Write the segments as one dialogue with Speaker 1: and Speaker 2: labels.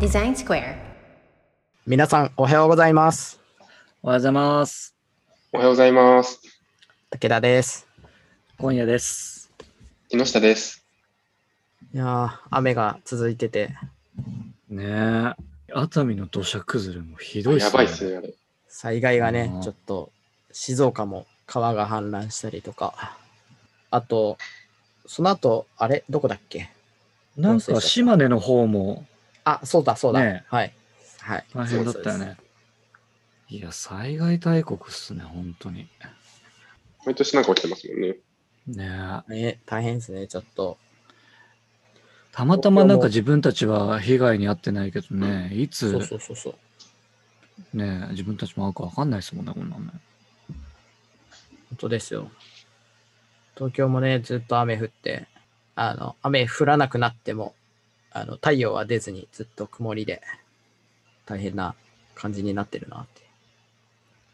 Speaker 1: デザインスクエア。
Speaker 2: 皆さんおはようございます。
Speaker 3: おはようございます。
Speaker 4: おはようございます。
Speaker 2: 武田です。
Speaker 3: 今夜です。
Speaker 4: 木下です。
Speaker 2: いやー雨が続いてて、
Speaker 3: ねえ。熱海の土砂崩れもひどいっす
Speaker 4: や
Speaker 3: ね。
Speaker 4: ばいっすね、あれ。
Speaker 2: 災害がね
Speaker 3: う、ん
Speaker 2: ちょっと静岡も川が氾濫したりとか、あと、その後、あれどこだっけ
Speaker 3: なんか島根の方も
Speaker 2: あ、そうだそうだ。
Speaker 3: ねえ
Speaker 2: はい。はい。
Speaker 3: 大変だったよ
Speaker 2: そうで
Speaker 3: ね。いや、災害大国っすね、本当に。
Speaker 4: 毎年なんか起きてますもんね。
Speaker 3: ね
Speaker 2: す。
Speaker 3: え。
Speaker 2: ね、大変ですね、ちょっと。
Speaker 3: たまたまなんか自分たちは被害に遭ってないけどね、いつ
Speaker 2: そうそうそうそう。
Speaker 3: ねえ自分たちも遭うかわかんないですもんね、こんなんね。
Speaker 2: 本当ですよ。東京もね、ずっと雨降って、あの、雨降らなくなっても、あの、太陽は出ずにずっと曇りで、大変な感じになってるなって。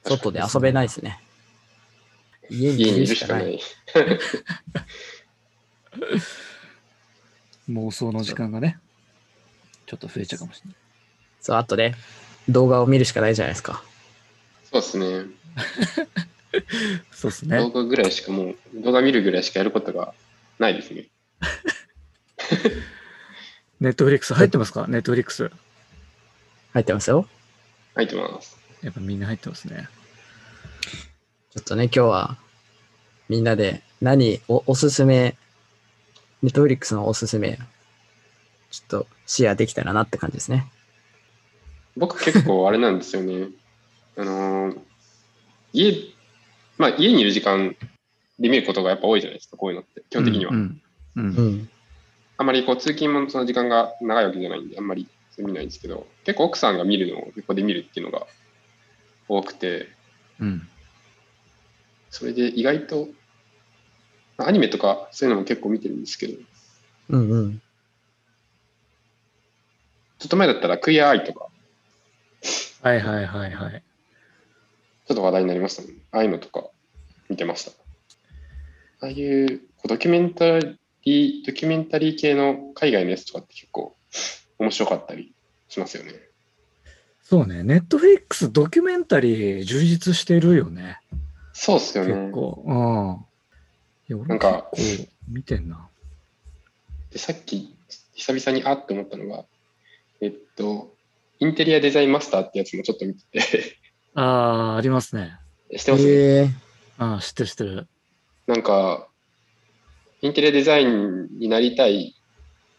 Speaker 2: 外で遊べないですね。家に
Speaker 4: 家
Speaker 2: い
Speaker 4: にい
Speaker 2: る
Speaker 4: る
Speaker 2: し
Speaker 4: し
Speaker 2: か
Speaker 4: か
Speaker 2: な。
Speaker 4: ないい。
Speaker 3: 妄想の時間がね、ちょっと増えちゃうかもしれない。
Speaker 2: そう、あとね、動画を見るしかないじゃないですか。
Speaker 4: そうですね
Speaker 3: そうっす
Speaker 4: 動
Speaker 3: ね。
Speaker 4: 画ぐらいしかもう、動画見るぐらいしかやることがないですね。
Speaker 3: ネットフリックス入ってますかネットフリックス。
Speaker 2: 入ってますよ。
Speaker 4: 入ってます。
Speaker 3: やっぱみんな入ってますね。
Speaker 2: ちょっとね、今日は、みんなで何お、おすすめ、ネットフリックスのおすすめ、ちょっとシェアできたらなって感じですね。
Speaker 4: 僕結構あれなんですよね。 あのー家、まあ家にいる時間で見ることがやっぱ多いじゃないですか、こういうのって。基本的には。
Speaker 3: うんうんうん
Speaker 2: うん。
Speaker 4: あんまりこう通勤もその時間が長いわけじゃないんで、あんまり見ないんですけど、結構奥さんが見るのを横で見るっていうのが多くて、
Speaker 3: うん
Speaker 4: それで意外と、まあアニメとかそういうのも結構見てるんですけど、
Speaker 2: うんうん。
Speaker 4: ちょっと前だったらクイアアイとか、
Speaker 3: はいはいはいはい。
Speaker 4: ちょっと話題になりましたもん、ね。ああいうのとか見てました。ああいうこうドキュメンタリー、ドキュメンタリー系の海外のやつとかって結構面白かったりしますよね。
Speaker 3: そうね、ネットフリックスドキュメンタリー充実してるよね、
Speaker 4: そうっすよね
Speaker 3: 結。構。うん。いや、俺
Speaker 4: な
Speaker 3: 結
Speaker 4: んか
Speaker 3: 構見てんな。
Speaker 4: で、さっき久々にあって思ったのが、えっと、インテリアデザインマスターってやつもちょっと見て
Speaker 3: ああ、ありますね。
Speaker 4: て、してますね。
Speaker 2: え
Speaker 3: ああ、知ってる知ってる。
Speaker 4: なんか、インテリアデザインになりたい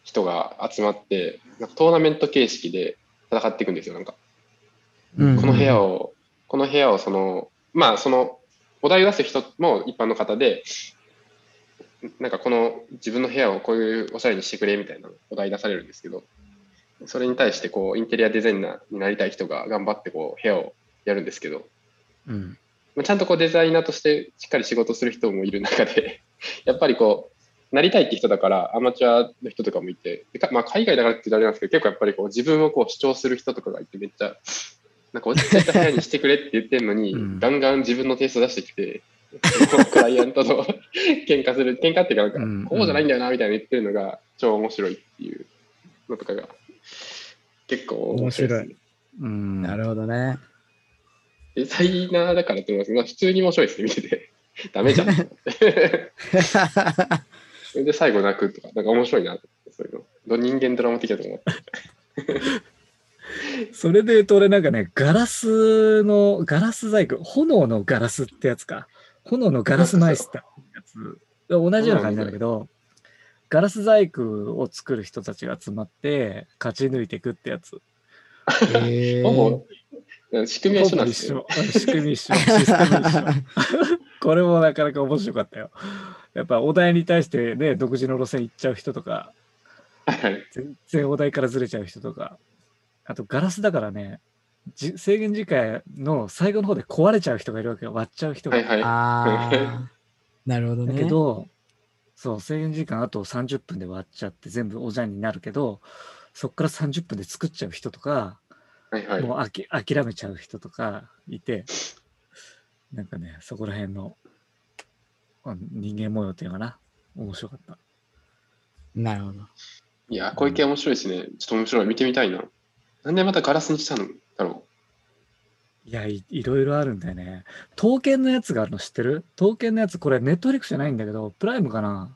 Speaker 4: 人が集まって、なんかトーナメント形式で戦っていくんですよ。なんか、
Speaker 2: うん
Speaker 4: この部屋
Speaker 3: を。
Speaker 4: を、この部屋をその、まあ、その、お題を出す人も一般の方で、なんかこの自分の部屋をこういうおしゃれにしてくれみたいなお題出されるんですけど、それに対してこう、インテリアデザイナーになりたい人が頑張ってこう、部屋をやるんですけど、
Speaker 3: うん。
Speaker 4: まあ、ちゃんとこうデザイナーとしてしっかり仕事する人もいる中で やっぱりこうなりたいって人だからアマチュアの人とかもいてでか、まあ、海外だからって言うとあれなんですけど結構やっぱりこう自分をこう主張する人とかがいてめっちゃなんか落ち着いた部屋にしてくれって言ってるのに、
Speaker 3: うん
Speaker 4: ガンガン自分のテイスト出してきてそのクライアントと 喧嘩する喧嘩っていうか
Speaker 3: う
Speaker 4: なん
Speaker 3: ん
Speaker 4: かこうじゃないんだよなみたいな言ってるのが超面白いっていうのとかが結構面白いですね、
Speaker 3: うん、
Speaker 2: なるほど ね。
Speaker 4: デザイナーだからと思いますけど、まあ普通に面白いですね、見てて。ダメじゃん。それで最後泣くとか、なんか面白いなと思って、そういうの。ど人間ドラマ的だと思って。
Speaker 3: それで言うと俺なんかね、ガラスの、ガラス細工、炎のガラスってやつか。炎のガラスマイスターってやつ。同じような感じなんだけど、ガラス細工を作る人たちが集まって、勝ち抜いていくってやつ。
Speaker 2: え
Speaker 4: ほぼ、仕組みは一緒
Speaker 3: ほぼ
Speaker 4: なんで
Speaker 3: 一
Speaker 4: す
Speaker 3: 緒
Speaker 4: よ。。
Speaker 3: 仕組み一緒。システム一緒。これもなかなか面白かったよ。やっぱお題に対してね、独自の路線行っちゃう人とか、
Speaker 4: はい。
Speaker 3: 全然お題からずれちゃう人とか、あとガラスだからね、じ制限時間の最後の方で壊れちゃう人がいるわけよ。割っちゃう人が。
Speaker 4: はいはい。
Speaker 2: ああ。なるほど
Speaker 3: だ
Speaker 2: ね。
Speaker 3: けど、そう、制限時間あと30分で割っちゃって全部おじゃんになるけど、そっから30分で作っちゃう人とか、
Speaker 4: はいはい。
Speaker 3: もうあき諦めちゃう人とかいて、なんかね、そこら辺のあ人間模様っていうのかな、面白かった。
Speaker 2: なるほど。
Speaker 4: いや、小池面白いしね。ちょっと面白い。見てみたいな。なんでまたガラスにしたのだろ
Speaker 3: いやい、いろいろあるんだよね。刀剣のやつがあるの知ってる刀剣のやつ、これネットフリックスじゃないんだけど、プライムかな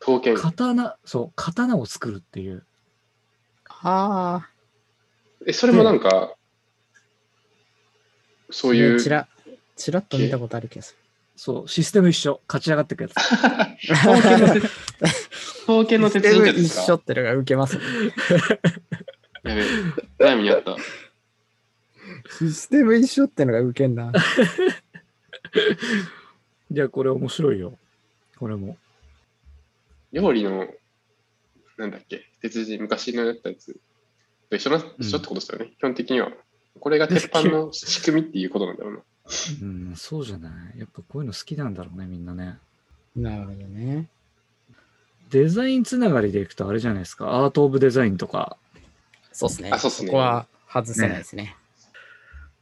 Speaker 4: う。刀剣。
Speaker 3: 刀、そう、刀を作るっていう。
Speaker 2: あ
Speaker 4: え、それもなんか、そう
Speaker 2: あ、
Speaker 4: い
Speaker 2: ね
Speaker 4: う。
Speaker 2: ちら、ちらっと見たことある気がす
Speaker 3: そう、システム一緒。勝ち上がってくや つ。
Speaker 2: る。
Speaker 4: 刀 剣の鉄刀剣の鉄人ってやつで
Speaker 2: 一
Speaker 4: す
Speaker 2: 緒
Speaker 4: か
Speaker 2: ってのが受けますね。
Speaker 4: やべえ。悩みにあった。
Speaker 2: システム一緒ってのが受けんな。
Speaker 3: いや、これ面白いよ。これも。
Speaker 4: 料理の、なんだっけ、鉄人、昔のやったやつと一緒な、一緒ってことですよね、基本的には。これが鉄板の仕組みっていうことなんだろうな。
Speaker 3: うん、そうじゃない。やっぱこういうの好きなんだろうね、みんなね。
Speaker 2: なるほどね。
Speaker 3: デザインつながりでいくとあれじゃないですか。アート・オブ・デザインとか。
Speaker 2: そうですね。
Speaker 4: あそうっすね
Speaker 2: こは外せないですね。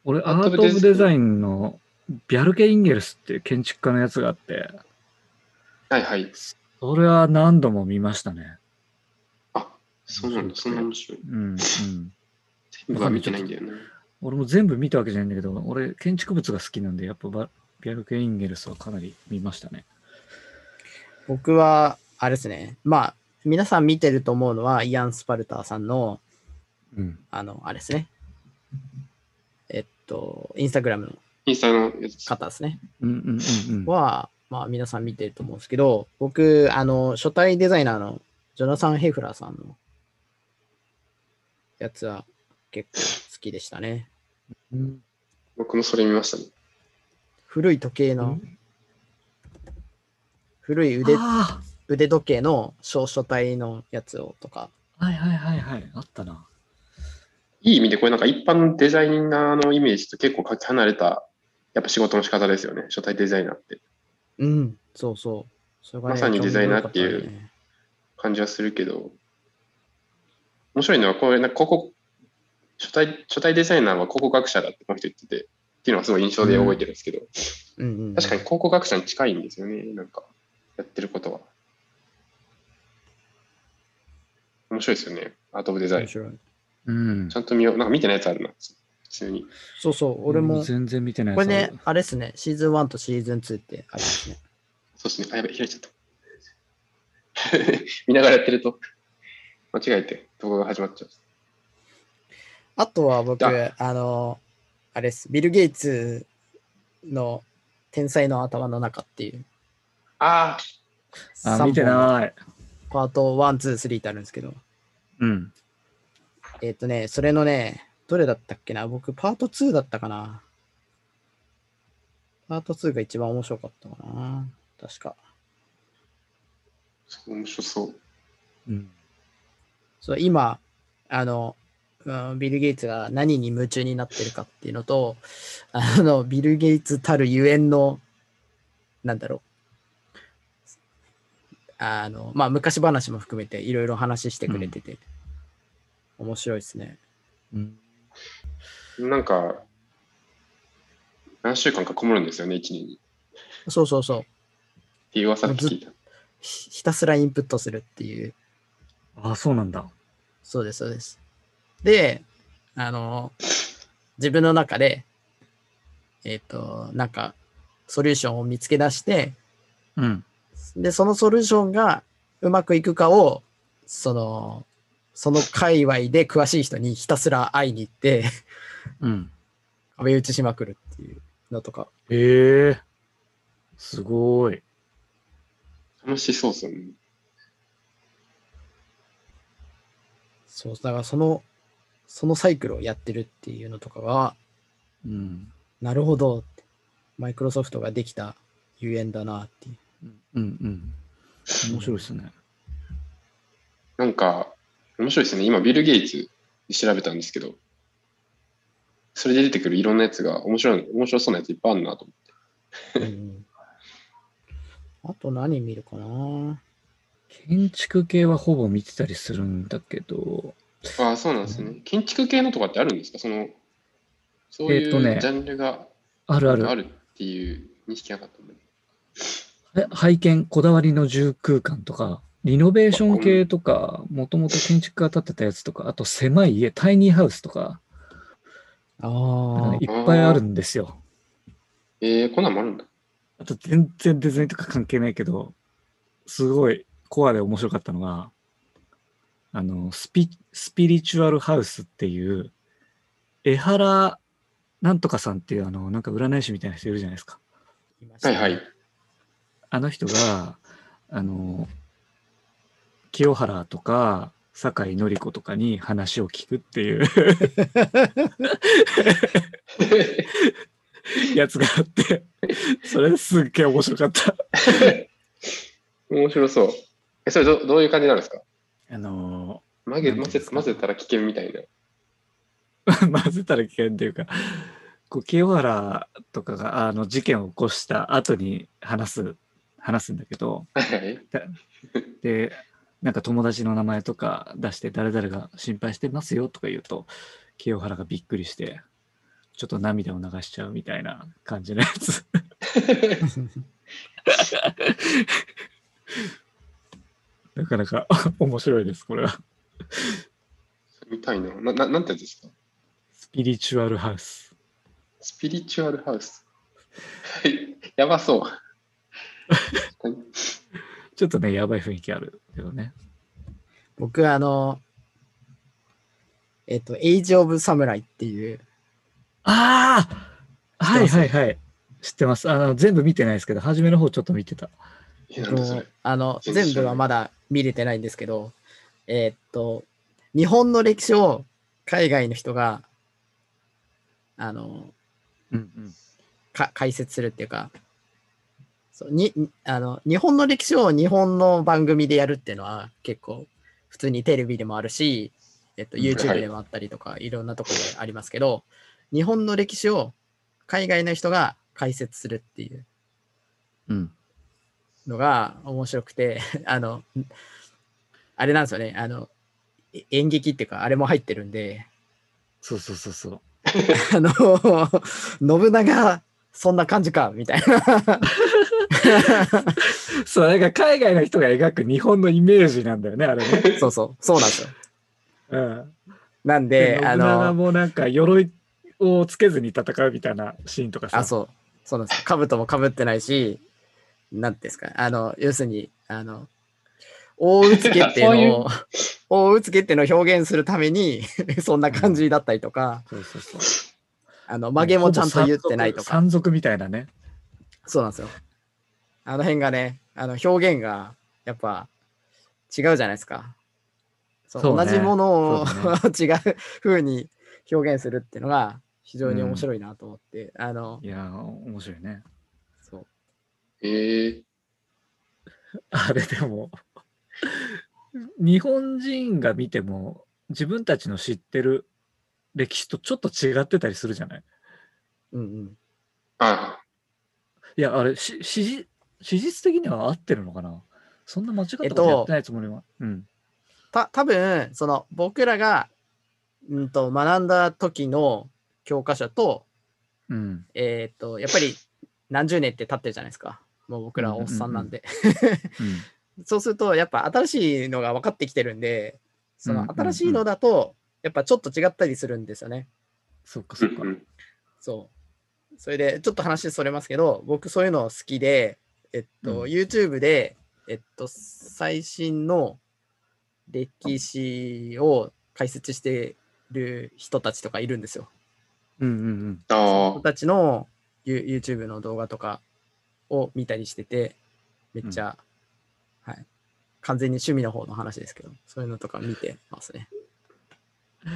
Speaker 3: 俺、
Speaker 4: ア
Speaker 3: ア
Speaker 4: ー
Speaker 3: ー
Speaker 4: ト
Speaker 3: ト・
Speaker 4: オ
Speaker 3: オ
Speaker 4: ブ
Speaker 3: ブ・
Speaker 4: デ
Speaker 3: デ
Speaker 4: ザ
Speaker 3: ザインのビャルケ・インゲルスっていう建築家のやつがあって、
Speaker 4: はいはい。
Speaker 3: それは何度も見ましたね。
Speaker 4: あ、そうなんだ、そんな面白い。
Speaker 3: うん、 うん。
Speaker 4: 全部は見てないんだよね。
Speaker 3: 俺も全部見たわけじゃないんだけど、俺、建築物が好きなんで、やっぱバビャルケ・インゲルスはかなり見ましたね。
Speaker 2: 僕は、あれですね。まあ、皆さん見てると思うのは、イアン・スパルターさんの、
Speaker 3: うん。
Speaker 2: あの、あれですね。えっと、インスタグラムの
Speaker 4: インスタのやつ。
Speaker 2: 方ですね。
Speaker 3: うんうんうんうん。
Speaker 2: は、まあ、皆さん見てると思うんですけど、僕、あの、初体デザイナーのジョナサン・ヘフラーさんのやつは結構好きでしたね。
Speaker 3: うん
Speaker 4: 僕もそれ見ましたね。
Speaker 2: 古い時計
Speaker 3: う
Speaker 2: の
Speaker 3: ん、
Speaker 2: 古い腕
Speaker 3: あ
Speaker 2: 腕時計の小書体のやつをとか、
Speaker 3: あはいはいはいはい。あったな。
Speaker 4: いい意味で、これなんか一般のデザイナーのイメージと結構かけ離れた、やっぱ仕事の仕方ですよね、初体デザイナーって
Speaker 2: うん、そうそう。それがね
Speaker 4: まさにデザイナーってい。う
Speaker 2: 興味深かたね
Speaker 4: 感じはするけど、面白いのは、これ、なんかここ、初体、初体デザイナーは考古学者だってこの人言ってて、っていうのはすごい印象で覚えてるんですけど、
Speaker 2: うんうん、
Speaker 4: 確かに考古学者に近いんですよね、なんか、やってることは。面白いですよね、アート・オブ・デザイン。
Speaker 2: 面
Speaker 4: ち
Speaker 2: 白い。
Speaker 3: うん。
Speaker 4: ゃんと見よう。なんか見てないやつあるな、普通に。
Speaker 2: そうそう、俺も、
Speaker 3: 全然見てない
Speaker 2: これ
Speaker 3: や
Speaker 2: ね
Speaker 3: つある、
Speaker 2: あれですね、シーズン1とシーズン2ってありますね。
Speaker 4: そうですね。あ、やべ、開いちゃった。 見ながらやってると、間違えて、動画が始まっちゃう。
Speaker 2: あとは僕、
Speaker 4: あ
Speaker 2: あの、あれです、ビル・ゲイツの天才の頭の中っていう、
Speaker 4: ああ、
Speaker 3: あ、見て
Speaker 2: 三本
Speaker 3: ない。
Speaker 2: パート1、2、3ってあるんですけど、
Speaker 3: うん。
Speaker 2: えっ、とね、それのね、どれだったっけな僕、パート2だったかなパート2が一番面白かったかな確か。
Speaker 4: そう面白そう。
Speaker 3: うん。
Speaker 2: そう、今、あの、うんビル・ゲイツが何に夢中になってるかっていうのと、あの、ビル・ゲイツたるゆえんの、なんだろう。あの、まあ、昔話も含めていろいろ話してくれてて、面白いですね。
Speaker 3: うん
Speaker 4: なんか、何週間かこもるんですよね、一年に。
Speaker 2: そうそうそう。
Speaker 4: っていう噂を聞いた。
Speaker 2: ひひたすらインプットするっていう、
Speaker 3: あ、そうなんだ。
Speaker 2: そうです、そうです。で、あの、自分の中で、えっ、と、なんか、ソリューションを見つけ出して、
Speaker 3: うん。
Speaker 2: で、そのソリューションがうまくいくかを、その、その界隈で詳しい人にひたすら会いに行って、
Speaker 3: うん。
Speaker 2: 壁打ちしまくるっていうのとか。
Speaker 3: へえ。すごい。
Speaker 4: 楽しそうっすよね。
Speaker 2: そう、だからその、そのサイクルをやってるっていうのとかが、
Speaker 3: うん。
Speaker 2: なるほどって、マイクロソフトができたゆえんだなっていう。
Speaker 3: うんうん。面白いですね。
Speaker 4: なんか、面白いですね。今、ビル・ゲイツで調べたんですけど、それで出てくるいろんなやつが面白い、面白そうなやついっぱいあるなと思って。
Speaker 2: うんうんあと何見るかな
Speaker 3: 建築系はほぼ見てたりするんだけど、
Speaker 4: ああ、そうなんですね。建築系のとかってあるんですかその、そうい
Speaker 3: えーと
Speaker 4: う
Speaker 3: ね
Speaker 4: ジャンルが
Speaker 3: あるあ
Speaker 4: あ
Speaker 3: る。
Speaker 4: るっていう認識なかったんで。
Speaker 3: え拝見、こだわりの住空間とか、リノベーション系とか、もともと建築家建てたやつとか、あと狭い家、タイニーハウスとか、
Speaker 2: あ
Speaker 3: いっぱいあるんですよ。
Speaker 4: えー、こんなんもあるんだ。
Speaker 3: あと全然デザインとか関係ないけど、すごいコアで面白かったのが、あの、スピ、スピリチュアルハウスっていう、江原なんとかさんっていう、あの、なんか占い師みたいな人いるじゃないですか。
Speaker 2: あ
Speaker 4: はいはい。
Speaker 3: あの人が、あの、清原とか、酒井紀子とかに話を聞くっていう やつがあって、それすっげえ面白かった。
Speaker 4: 面白そう。え、それどどういう感じなんですか
Speaker 3: あの、
Speaker 4: 混ぜ
Speaker 3: なん
Speaker 4: 混
Speaker 3: ていうんで
Speaker 4: ぜ
Speaker 3: すか
Speaker 4: 混ぜたら危険みたいな。
Speaker 3: 混ぜたら危険っていうか、こう清原とかがあの事件を起こした後に話す、話すんだけど、
Speaker 4: はいはい。
Speaker 3: で、なんか友達の名前とか出して、誰々が心配してますよとか言うと、清原がびっくりして、ちょっと涙を流しちゃうみたいな感じのやつ。 なかなか 面白いです、これは。
Speaker 4: みたいな。なななんてやつですか
Speaker 3: スピリチュアルハウス。
Speaker 4: スピリチュアルハウス。はい。やばそう。はい
Speaker 3: ちょっとね、やばい雰囲気あるけどね。
Speaker 2: 僕あの、えっと、エイジ・オブ・サムライっていう、
Speaker 3: ああ
Speaker 2: 知って
Speaker 3: は
Speaker 2: ま
Speaker 3: い
Speaker 2: す
Speaker 3: はいはい。知ってます。あの、全部見てないですけど、初めの方ちょっと見てた。
Speaker 4: え、なんだそれ。
Speaker 2: あの、
Speaker 4: 全然
Speaker 2: 全
Speaker 4: 知らない
Speaker 2: 部はまだ見れてないんですけど、えーっと、日本の歴史を海外の人が、あの、
Speaker 3: うんうん。
Speaker 2: か解説するっていうか、そうにあの日本の歴史を日本の番組でやるっていうのは結構普通にテレビでもあるし、えっと、
Speaker 3: うん
Speaker 2: YouTube でもあったりとか、い、ろんなところでありますけど日本の歴史を海外の人が解説するっていう
Speaker 3: うん。
Speaker 2: のが面白くて あのあれなんですよねあのえ演劇っていうかあれも入ってるんで
Speaker 3: そうそうそうそう。
Speaker 2: あの 信長そんな感じかみたいな。
Speaker 3: そう、なんか海外の人が描く日本のイメージなんだよね、あれ ね。
Speaker 2: そうそう、そうなんですよ。
Speaker 3: うん。
Speaker 2: なん
Speaker 3: で
Speaker 2: で、あ
Speaker 3: 信長
Speaker 2: の、
Speaker 3: もなんか鎧をつけずに戦うみたいなシーンとかさ。
Speaker 2: あ、そう、そうなんです。兜もかぶってないし、なんていうんですか、あの、要するに、あの、大うつけっていうのを、大うつけっていうのを表現するために、 そんな感じだったりとか、
Speaker 3: そうそうそう。
Speaker 2: あの、曲げもちゃんと言ってないとか、
Speaker 3: 山賊みたいなね。
Speaker 2: そうなんですよ。あの辺がね、あの、表現が、やっぱ、違うじゃないですか。そう
Speaker 3: そうね
Speaker 2: 同じものを、
Speaker 3: そう
Speaker 2: 違う風に表現するっていうのが、非常に面白いなと思って、あの
Speaker 3: い、やー、面白いね。
Speaker 2: そう。
Speaker 4: えー、
Speaker 3: あれでも、日本人が見ても、自分たちの知ってる歴史とちょっと違ってたりするじゃない
Speaker 2: うんうん。
Speaker 4: あ
Speaker 3: いや、あれ、し史実史実的には合ってるのかなそんな間違ったこ
Speaker 2: えっ
Speaker 3: と
Speaker 2: と
Speaker 3: やってないつもりは。うん。
Speaker 2: た多分その僕らが、うん、と学んだ時の教科書と,、
Speaker 3: うん。
Speaker 2: えー、とやっぱり何十年って経ってるじゃないですかもう僕らはおっさんなんで、
Speaker 3: うん
Speaker 2: そうするとやっぱ新しいのが分かってきてるんでそ
Speaker 3: うん
Speaker 2: の
Speaker 3: うんうん
Speaker 2: 新しいのだとやっぱちょっと違ったりするんですよね、
Speaker 3: そっか
Speaker 4: う
Speaker 3: そっ
Speaker 4: ん
Speaker 3: か
Speaker 4: う。ん。
Speaker 2: そうそれでちょっと話それますけど僕そういうの好きでえっと、
Speaker 3: うん
Speaker 2: YouTube でえっと最新の歴史を解説してる人たちとかいるんですよ
Speaker 3: うんうんうん。
Speaker 2: その
Speaker 4: あ
Speaker 2: 人たちの You- YouTube の動画とかを見たりしてて、めっちゃ、はい。完全に趣味の方の話ですけど、そういうのとか見てますね。
Speaker 4: あ。い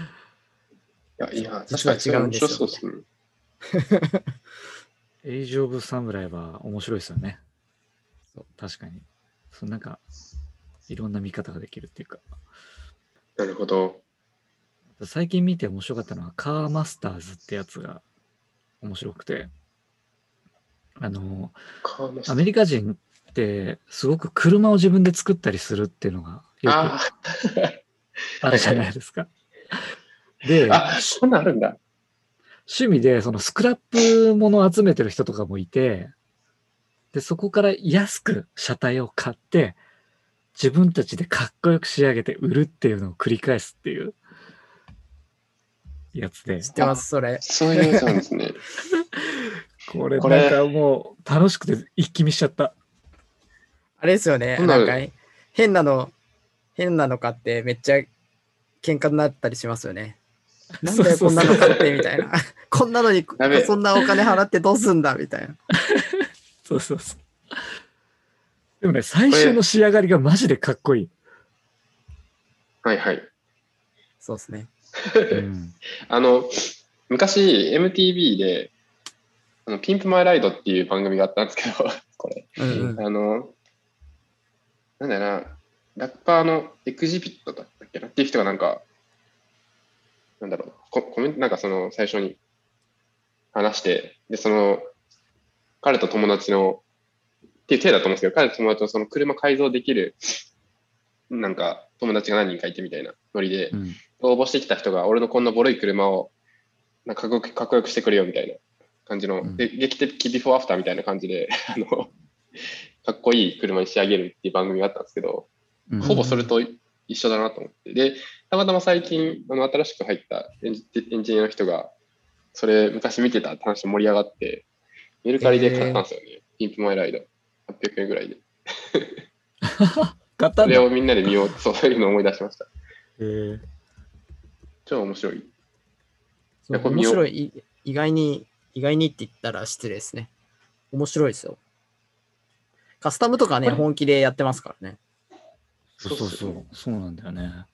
Speaker 4: や、いや確
Speaker 2: 実
Speaker 4: か
Speaker 2: は
Speaker 4: にそれ
Speaker 2: 違うん
Speaker 4: 面
Speaker 2: です
Speaker 4: 白
Speaker 2: よ
Speaker 4: そうですね。
Speaker 3: エイジ・オブ・サムライは面白いですよね。
Speaker 2: そう
Speaker 3: 確かに。そうなんか、いろんな見方ができるっていうか。
Speaker 4: なるほど。
Speaker 3: 最近見て面白かったのは、カーマスターズってやつが面白くて。あの、
Speaker 4: カーマス
Speaker 3: アメリカ人って、すごく車を自分で作ったりするっていうのがよ
Speaker 4: あ
Speaker 3: くあるじゃないですか。で
Speaker 4: ー、あ、そんなんあるんだ。
Speaker 3: 趣味でそのスクラップものを集めてる人とかもいて、で、そこから安く車体を買って、自分たちでかっこよく仕上げて売るっていうのを繰り返すっていうやつで、
Speaker 2: 知ってます、それ。
Speaker 4: そういうやつなんですね。
Speaker 3: これ
Speaker 4: これ
Speaker 3: なんかもう楽しくて一気見しちゃった。
Speaker 2: あれですよね、
Speaker 4: そうな
Speaker 2: なん
Speaker 4: の
Speaker 2: か変なの、変なの買ってめっちゃ喧嘩になったりしますよ ね。なんだよ、
Speaker 3: そ
Speaker 2: こ
Speaker 3: うそうん
Speaker 2: な
Speaker 3: そう
Speaker 2: の買ってみたいな。こんなのに
Speaker 4: やべえ
Speaker 2: そんなお金払ってどうすんだみたいな。
Speaker 3: そうそうそう。でもね、最終の仕上がりがマジでかっこいい。
Speaker 4: はいはい。
Speaker 2: そうですね。
Speaker 3: うん
Speaker 4: あの、昔 MTV で、あのピンプマイライドっていう番組があったんですけど、これ。
Speaker 2: うんうん。
Speaker 4: あの、なんだよな、ラッパーのエクジビットだったっけなっていう人がなんか、なんだろう、ココメント、なんかその最初に話して、で、その、彼と友達の、っていう体だと思うんですけど、彼と友達のその車改造できる、なんか友達が何人かいてみたいなノリで、
Speaker 3: うん
Speaker 4: 応募してきた人が、俺のこんなボロい車をなんかかっこよくかっこよくしてくれよみたいな感じの、
Speaker 3: うん
Speaker 4: で劇的ビフォーアフターみたいな感 じで、あのかっこいい車に仕上げるっていう番組があったんですけど、
Speaker 3: うん
Speaker 4: ほぼそれと一緒だなと思って、で、たまたま最近、あの新しく入ったエンジエンジニアの人が、それ昔見てたって話で盛り上がって、メルカリで買ったんですよね、ピンプマイライド。800円ぐらいで。
Speaker 3: 買った
Speaker 4: そ
Speaker 3: んだ
Speaker 4: れをみんなで見ようそういうのを思い出しました。
Speaker 3: えー
Speaker 4: 超面白い。
Speaker 2: そう
Speaker 4: やっぱ
Speaker 2: 面
Speaker 4: 見よう
Speaker 2: 白いい、意外に、意外にって言ったら失礼ですね。面白いですよ。カスタムとかね、
Speaker 4: これ
Speaker 2: 本気でやってますからね。
Speaker 3: そうそうそう。そうなんだよね。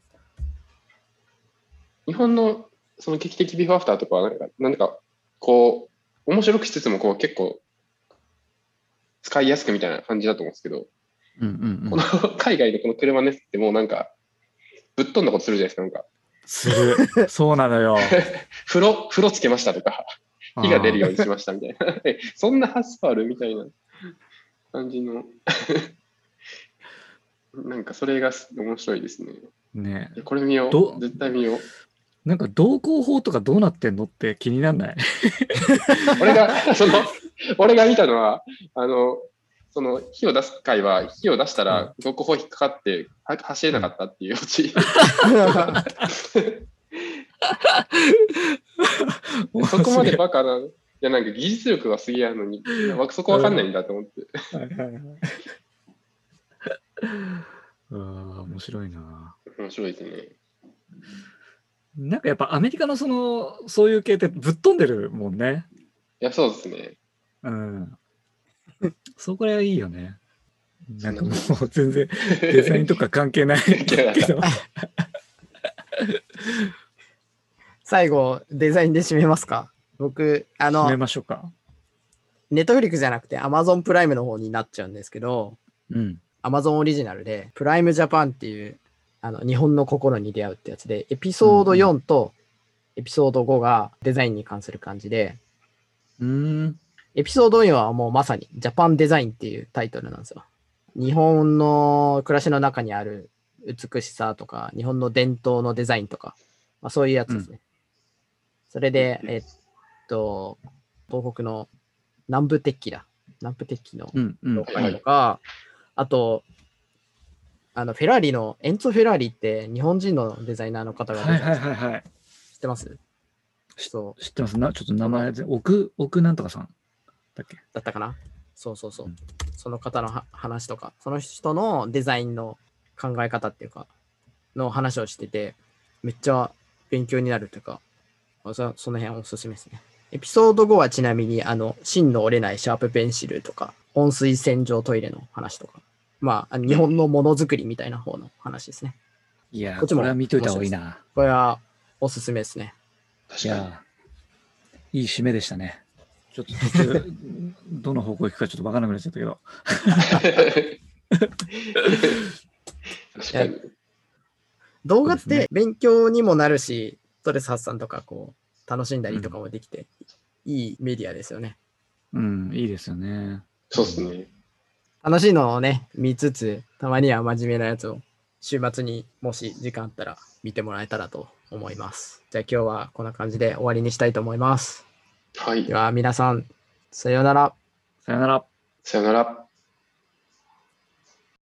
Speaker 4: 日本のその劇的ビフォーアフターとかはなんか、なんかこう、面白くしつつもこう結構使いやすくみたいな感じだと思うんですけど、
Speaker 3: うんうんう
Speaker 4: こ
Speaker 3: ん
Speaker 4: の。海外のこの車のやつってもうなんか、ぶっ飛んだことするじゃないですか、なんか、
Speaker 3: する。そうなのよ。
Speaker 4: 風呂、風呂つけましたとか、火が出るようにしましたみたいな、 えそんな発想あるみたいな感じの、 なんかそれが面白いですね。
Speaker 3: あーね
Speaker 4: これ見よ
Speaker 3: ど
Speaker 4: う。絶対見よう。
Speaker 3: なんか同行法とかどうなってんのって気になんない
Speaker 4: 俺が、その、俺が見たのは、あの、その火を出す回は、火を出したら、どこ法引っかかって、は走れなかったっていうオチ。 そこまでバカな。いや、なんか技術力がすげえあるのに、いやそこわかんないんだと思って。
Speaker 3: はい はいはいあー面白いな。
Speaker 4: 面白いですね。
Speaker 3: なんかやっぱアメリカのその、そういう系ってぶっ飛んでるもんね。
Speaker 4: いや、そうですね。
Speaker 3: うん。そこら辺いいよね。なんかもう全然デザインとか関 係ないけど。
Speaker 2: 最後、デザインで締めますか。僕、あ
Speaker 3: 決め
Speaker 2: の、
Speaker 3: ましょうか。
Speaker 2: ネットフリックじゃなくて Amazon プライムの方になっちゃうんですけど、
Speaker 3: うん。
Speaker 2: Amazon オリジナルで、プライムジャパンっていう、あの、日本の心に出会うってやつで、エピソード
Speaker 3: うんう
Speaker 2: 4とエピソード5がデザインに関する感じで、
Speaker 3: うーん。
Speaker 2: エピソード4はもうまさにジャパンデザインっていうタイトルなんですよ。日本の暮らしの中にある美しさとか、日本の伝統のデザインとか、まあ、そういうやつですね。それで、えっと、東北の南部鉄器だ。南部鉄器の
Speaker 3: うん。うん。
Speaker 2: と
Speaker 4: は
Speaker 2: か
Speaker 4: い
Speaker 2: とか、あと、あの、フェラーリの、エンツォ・フェラーリって日本人のデザイナーの方が
Speaker 3: はいはい
Speaker 2: 知
Speaker 3: はいはい。
Speaker 2: ってますそう、
Speaker 3: 知ってますなちょっと名前で、奥、奥なんとかさんだっけ
Speaker 2: だったかなそうそうそう
Speaker 3: うん。
Speaker 2: その方のは話とか、その人のデザインの考え方っていうか、の話をしてて、めっちゃ勉強になるというか、そその辺おすすめですね。エピソード5はちなみに、あの、芯の折れないシャープペンシルとか、温水洗浄トイレの話とか、まあ、あの日本のものづくりみたいな方の話ですね。
Speaker 3: いやー
Speaker 2: こっち
Speaker 3: こ
Speaker 2: も
Speaker 3: れは見といた方がいいな。
Speaker 2: これはおすすめですね。
Speaker 4: 確
Speaker 3: い
Speaker 4: か に。
Speaker 3: やーいい締めでしたね。ちょっと途 中、どの方向行くかちょっと分からなくなっちゃったけど。
Speaker 4: 確かに。
Speaker 2: 動画っ
Speaker 3: そうです
Speaker 2: て勉強にもなるし、ストレス発散とか、こう、楽しんだりとかもできて、いいメディアですよね。
Speaker 3: うん、いいですよね。
Speaker 4: そうですね。
Speaker 2: 楽しいのをね、見つつ、たまには真面目なやつを、週末にもし時間あったら見てもらえたらと思います。じゃあ今日はこんな感じで終わりにしたいと思います。
Speaker 4: はい
Speaker 2: で。は皆さん、さようなら。
Speaker 3: さよなら。
Speaker 4: さよなら。